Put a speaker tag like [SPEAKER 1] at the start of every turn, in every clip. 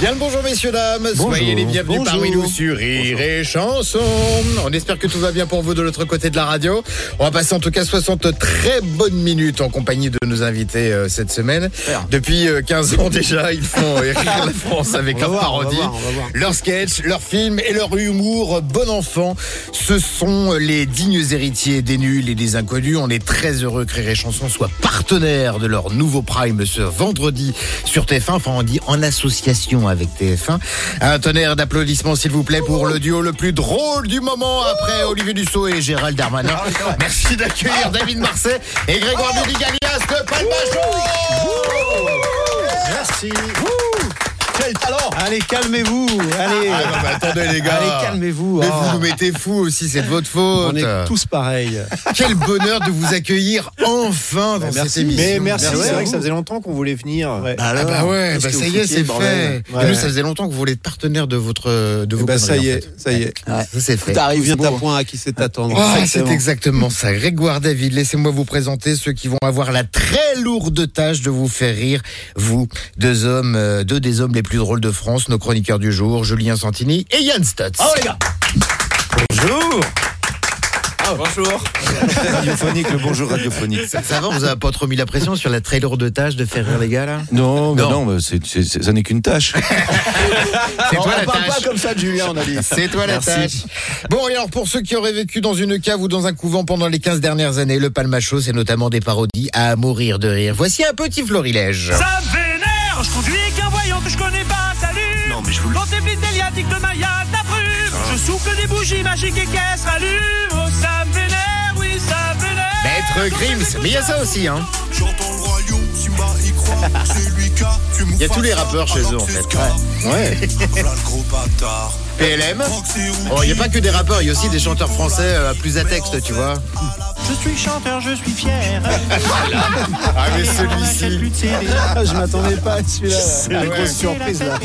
[SPEAKER 1] Bien le bonjour messieurs dames, soyez les bienvenus
[SPEAKER 2] Bonjour.
[SPEAKER 1] parmi nous sur Rire et Chanson. On espère que tout va bien pour vous de l'autre côté de la radio. On va passer en tout cas 60 très bonnes minutes en compagnie de nos invités euh, cette semaine. Depuis euh, 15 ans déjà, ils font euh, rire la France avec
[SPEAKER 2] On va
[SPEAKER 1] leur
[SPEAKER 2] voir, on va
[SPEAKER 1] parodie,
[SPEAKER 2] voir, on va voir.
[SPEAKER 1] leurs sketchs, leurs films et leur humour euh, bon enfant. Ce sont les dignes héritiers des nuls et des inconnus. On est très heureux que Rire et Chanson soit partenaire de leur nouveau prime ce vendredi sur TF1. Enfin, on dit en association avec TF1. Un tonnerre d'applaudissements, s'il vous plaît, pour le duo le plus drôle du moment après Olivier Dussault et Gérald
[SPEAKER 2] Ah
[SPEAKER 1] Darmanin. Merci d'accueillir David Marseille et Grégoire
[SPEAKER 2] Oh.
[SPEAKER 1] Ludigalias de Palma Show.
[SPEAKER 2] Merci. Quel talent Allez, calmez-vous. Allez.
[SPEAKER 1] Ah non, mais attendez les gars.
[SPEAKER 2] Allez, calmez-vous.
[SPEAKER 1] Mais
[SPEAKER 2] Oh.
[SPEAKER 1] vous nous mettez fou aussi, c'est de votre faute.
[SPEAKER 2] On est tous pareils.
[SPEAKER 1] Quel bonheur de vous accueillir enfin dans cette émission.
[SPEAKER 2] Mais merci,
[SPEAKER 1] à
[SPEAKER 2] c'est vrai
[SPEAKER 1] vous.
[SPEAKER 2] que ça faisait longtemps qu'on voulait venir.
[SPEAKER 1] Ah bah ouais, bah ça y est, c'est fait.
[SPEAKER 2] Ouais.
[SPEAKER 1] Et nous, ça faisait longtemps que vous voulez être partenaire de votre de vos
[SPEAKER 2] Eh ben, ça
[SPEAKER 1] conneries,
[SPEAKER 2] y
[SPEAKER 1] en
[SPEAKER 2] est,
[SPEAKER 1] fait.
[SPEAKER 2] ça y est.
[SPEAKER 1] Ouais, ça, c'est fait.
[SPEAKER 2] T'arrives vient à point à qui c'est attendre.
[SPEAKER 1] Ah, c'est exactement ça. Grégoire David, laissez-moi vous présenter ceux qui vont avoir la très lourde tâche de vous faire rire, vous, deux hommes, euh, deux des hommes les plus drôles de France, nos chroniqueurs du jour, Julien Santini et Yann Stutz.
[SPEAKER 2] Ah
[SPEAKER 3] Oh les gars Bonjour Bonjour
[SPEAKER 4] radiophonique, le bonjour radiophonique.
[SPEAKER 1] Ça va, vous avez pas trop mis la pression sur la très lourde tâche de faire rire les gars là
[SPEAKER 4] Non, mais
[SPEAKER 1] Non.
[SPEAKER 4] non, mais c'est- c'est- c'est- ça n'est qu'une tâche.
[SPEAKER 1] C'est toi la
[SPEAKER 2] Parle
[SPEAKER 1] tâche.
[SPEAKER 2] pas comme ça, de Julien, on a dit.
[SPEAKER 1] C'est toi la tâche. Bon, et alors pour ceux qui auraient vécu dans une cave ou dans un couvent pendant les 15 dernières années, le Palmacho, c'est notamment des parodies à mourir de rire. Voici un petit florilège.
[SPEAKER 5] Ça me vénère, je conduis qu'un voyant que je connais pas, salut Non mais je vous Dans ces flics déliatiques de Maya
[SPEAKER 1] Ah.
[SPEAKER 5] d'abrume Je souffle des bougies magiques et qu'elles se rallument Oh ça me vénère, oui ça me vénère
[SPEAKER 1] Maître Grims, mais il y a ça aussi, hein.
[SPEAKER 6] J'entends le roi lion, Simba y croit, c'est lui qui a tué
[SPEAKER 1] Il y a
[SPEAKER 6] Mufasa,
[SPEAKER 1] tous les rappeurs chez eux, en fait.
[SPEAKER 6] alors que
[SPEAKER 1] Ouais.
[SPEAKER 6] c'est Scar. Voilà le gros bâtard.
[SPEAKER 1] PLM.
[SPEAKER 6] Roxy
[SPEAKER 1] Oh, il n'y a pas que des rappeurs, il y a aussi des chanteurs français euh,
[SPEAKER 6] à
[SPEAKER 1] plus à texte, tu vois.
[SPEAKER 5] Je suis chanteur, je suis fier
[SPEAKER 1] Ah, mais
[SPEAKER 2] Ah, je m'attendais pas à celui-là. C'est la
[SPEAKER 1] ouais.
[SPEAKER 2] grosse surprise, là.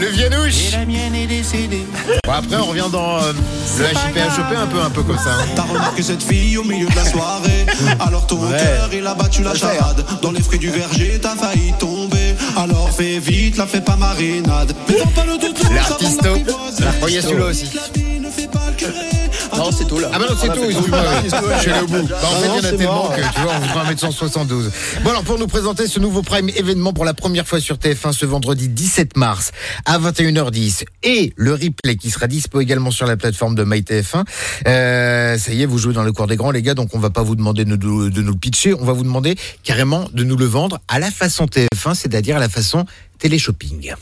[SPEAKER 1] le Vianouche.
[SPEAKER 5] mienne est décédée
[SPEAKER 1] Bon, après, on revient dans euh, le HIPHOP, un peu, un peu comme ça. hein.
[SPEAKER 6] T'as remarqué cette fille au milieu de la soirée Alors ton cœur il a battu la charade Dans les fruits du verger t'as failli tomber Alors fais vite, la fais pas marinade Mais prends pas le tout
[SPEAKER 1] L'artisto. Oh, il y a celui-là aussi.
[SPEAKER 6] Non c'est tout là
[SPEAKER 1] Ah bah non, c'est tout, excuse-moi. Je suis allé au bout. Bah, en
[SPEAKER 2] Ah
[SPEAKER 1] fait, il
[SPEAKER 2] non,
[SPEAKER 1] y en a
[SPEAKER 2] c'est
[SPEAKER 1] tellement
[SPEAKER 2] mort.
[SPEAKER 1] que tu vois, on vous prend à 172. Bon, alors, pour nous présenter ce nouveau Prime événement pour la première fois sur TF1 ce vendredi 17 mars à 21h10 et le replay qui sera dispo également sur la plateforme de MyTF1. Euh, ça y est, vous jouez dans le cours des grands, les gars, donc on va pas vous demander de nous, de nous le pitcher, on va vous demander carrément de nous le vendre à la façon TF1, c'est-à-dire à la façon télé-shopping.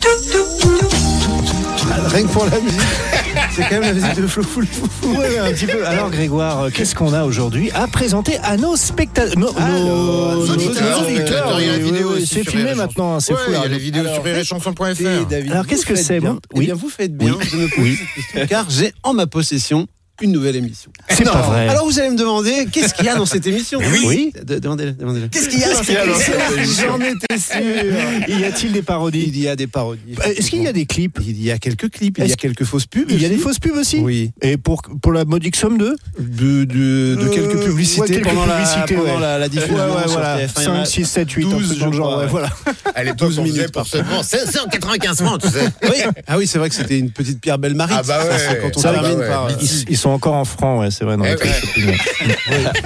[SPEAKER 2] Rien que pour la musique. C'est quand même la musique de Flo Fou- Fou- Fou- Fou- ouais, un petit peu. Alors Grégoire, euh, qu'est-ce qu'on a aujourd'hui à présenter à nos spectateurs nos, nos- nos
[SPEAKER 1] auditeurs, spectateurs, euh, il y a la
[SPEAKER 2] oui,
[SPEAKER 1] vidéo
[SPEAKER 2] oui, oui,
[SPEAKER 1] aussi
[SPEAKER 2] Euh, C'est
[SPEAKER 1] sur
[SPEAKER 2] filmé
[SPEAKER 1] Rire et
[SPEAKER 2] maintenant, hein, c'est
[SPEAKER 1] Ouais,
[SPEAKER 2] fou.
[SPEAKER 1] il y a
[SPEAKER 2] alors.
[SPEAKER 1] la vidéo
[SPEAKER 2] Alors,
[SPEAKER 1] sur rirechanson.fr.
[SPEAKER 2] Alors, qu'est-ce que c'est, moi
[SPEAKER 7] Oui.
[SPEAKER 2] Eh bien, vous faites bien de me poser cette question, car j'ai en ma possession une nouvelle émission.
[SPEAKER 7] C'est pas vrai.
[SPEAKER 2] Alors, vous allez me demander, qu'est-ce qu'il y a dans cette émission
[SPEAKER 7] Oui.
[SPEAKER 2] De- Demandez-le, demandez-le.
[SPEAKER 7] Qu'est-ce qu'il y a dans cette émission
[SPEAKER 2] J'en étais sûr. Y a-t-il des parodies Il y a des parodies.
[SPEAKER 7] Bah, Est-ce qu'il y a des clips
[SPEAKER 2] Il y a quelques clips, il y
[SPEAKER 7] Est-ce-
[SPEAKER 2] a quelques fausses pubs.
[SPEAKER 7] Il y a
[SPEAKER 2] aussi.
[SPEAKER 7] des fausses pubs aussi
[SPEAKER 2] Oui.
[SPEAKER 7] Et pour, pour la modique somme de
[SPEAKER 2] de, de, de
[SPEAKER 7] Euh,
[SPEAKER 2] quelques publicités
[SPEAKER 7] ouais, quelques
[SPEAKER 2] pendant,
[SPEAKER 7] publicités,
[SPEAKER 2] la, pendant
[SPEAKER 7] ouais.
[SPEAKER 2] la, la diffusion
[SPEAKER 7] Ouais, ouais,
[SPEAKER 2] sur
[SPEAKER 7] voilà.
[SPEAKER 2] TF1, il y en a-
[SPEAKER 7] 5, 6, 7, 8,
[SPEAKER 2] 12,
[SPEAKER 7] un truc dans le
[SPEAKER 2] je
[SPEAKER 7] genre.
[SPEAKER 2] crois,
[SPEAKER 7] ouais,
[SPEAKER 2] ouais.
[SPEAKER 7] voilà.
[SPEAKER 1] À l'époque,
[SPEAKER 2] 12
[SPEAKER 1] on faisait
[SPEAKER 2] minutes
[SPEAKER 1] pour
[SPEAKER 2] par
[SPEAKER 1] seulement 595 francs, tu sais.
[SPEAKER 2] Oui. Ah oui, c'est vrai que c'était une petite Pierre Belmarie.
[SPEAKER 1] Ah bah ouais.
[SPEAKER 2] C'est quand on
[SPEAKER 1] Ça,
[SPEAKER 2] termine
[SPEAKER 1] bah ouais.
[SPEAKER 2] par. euh,
[SPEAKER 1] Mythique.
[SPEAKER 7] Ils, ils sont encore en francs, ouais, c'est vrai. Dans
[SPEAKER 1] Eh
[SPEAKER 7] les
[SPEAKER 1] ouais.
[SPEAKER 7] télé-shopping, ouais.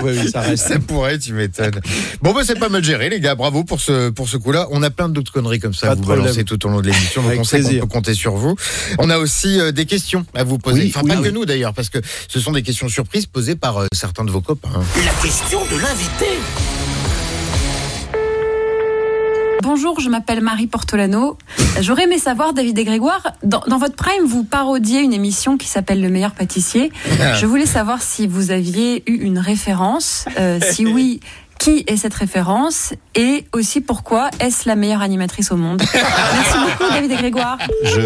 [SPEAKER 2] Oui, oui, ça reste.
[SPEAKER 1] Ça pourrait, tu m'étonnes. Bon, bah, c'est pas mal géré, les gars. Bravo pour ce, pour ce coup-là. On a plein d'autres conneries comme ça
[SPEAKER 2] Pas
[SPEAKER 1] à vous
[SPEAKER 2] de problème.
[SPEAKER 1] balancer tout au long de l'émission. Donc,
[SPEAKER 2] Avec
[SPEAKER 1] on sait qu'on
[SPEAKER 2] plaisir.
[SPEAKER 1] peut compter sur vous. On a aussi euh, des questions à vous poser.
[SPEAKER 2] Oui,
[SPEAKER 1] enfin,
[SPEAKER 2] oui,
[SPEAKER 1] pas
[SPEAKER 2] oui.
[SPEAKER 1] que nous, d'ailleurs, parce que ce sont des questions surprises posées par euh, certains de vos copains.
[SPEAKER 8] La question de l'invité.
[SPEAKER 9] Bonjour, je m'appelle Marie Portolano. J'aurais aimé savoir, David et Grégoire, dans, dans votre prime, vous parodiez une émission qui s'appelle Le meilleur pâtissier. Je voulais savoir si vous aviez eu une référence. euh, si oui, qui est cette référence et aussi pourquoi est-ce la meilleure animatrice au monde. Merci beaucoup David et Grégoire.
[SPEAKER 2] Je,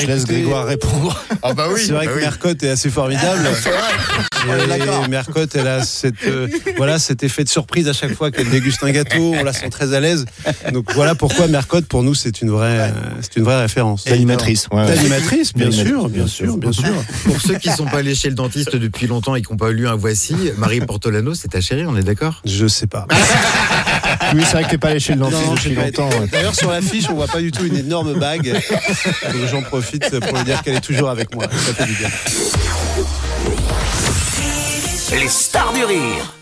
[SPEAKER 2] je laisse Grégoire répondre.
[SPEAKER 10] Ah bah oui,
[SPEAKER 2] C'est vrai
[SPEAKER 10] bah
[SPEAKER 2] que
[SPEAKER 10] oui. Ah,
[SPEAKER 2] Mercotte est assez formidable.
[SPEAKER 10] On est d'accord.
[SPEAKER 2] Et Mercotte, elle a cette, euh, voilà, cet effet de surprise à chaque fois qu'elle déguste un gâteau. On la sent très à l'aise. Donc voilà pourquoi Mercotte, pour nous, c'est une vraie, euh, c'est une vraie référence.
[SPEAKER 7] D'animatrice, ouais, ouais.
[SPEAKER 2] D'animatrice, bien
[SPEAKER 7] D'animatrice,
[SPEAKER 2] sûr, bien sûr, bien sûr.
[SPEAKER 1] Pour ceux qui sont pas allés chez le dentiste depuis longtemps et qui n'ont pas lu un voici, Marie Portolano, c'est ta chérie, on est d'accord
[SPEAKER 2] Je sais pas.
[SPEAKER 7] Ah, Oui, c'est vrai que t'es pas allé chez le dentiste
[SPEAKER 2] Non,
[SPEAKER 7] depuis
[SPEAKER 2] j'ai pas
[SPEAKER 7] longtemps.
[SPEAKER 2] été.
[SPEAKER 7] ouais.
[SPEAKER 2] D'ailleurs, sur l'affiche, on voit pas du tout une énorme bague. Donc j'en profite pour lui dire qu'elle est toujours avec moi. Ça fait du bien.
[SPEAKER 8] Les stars du rire.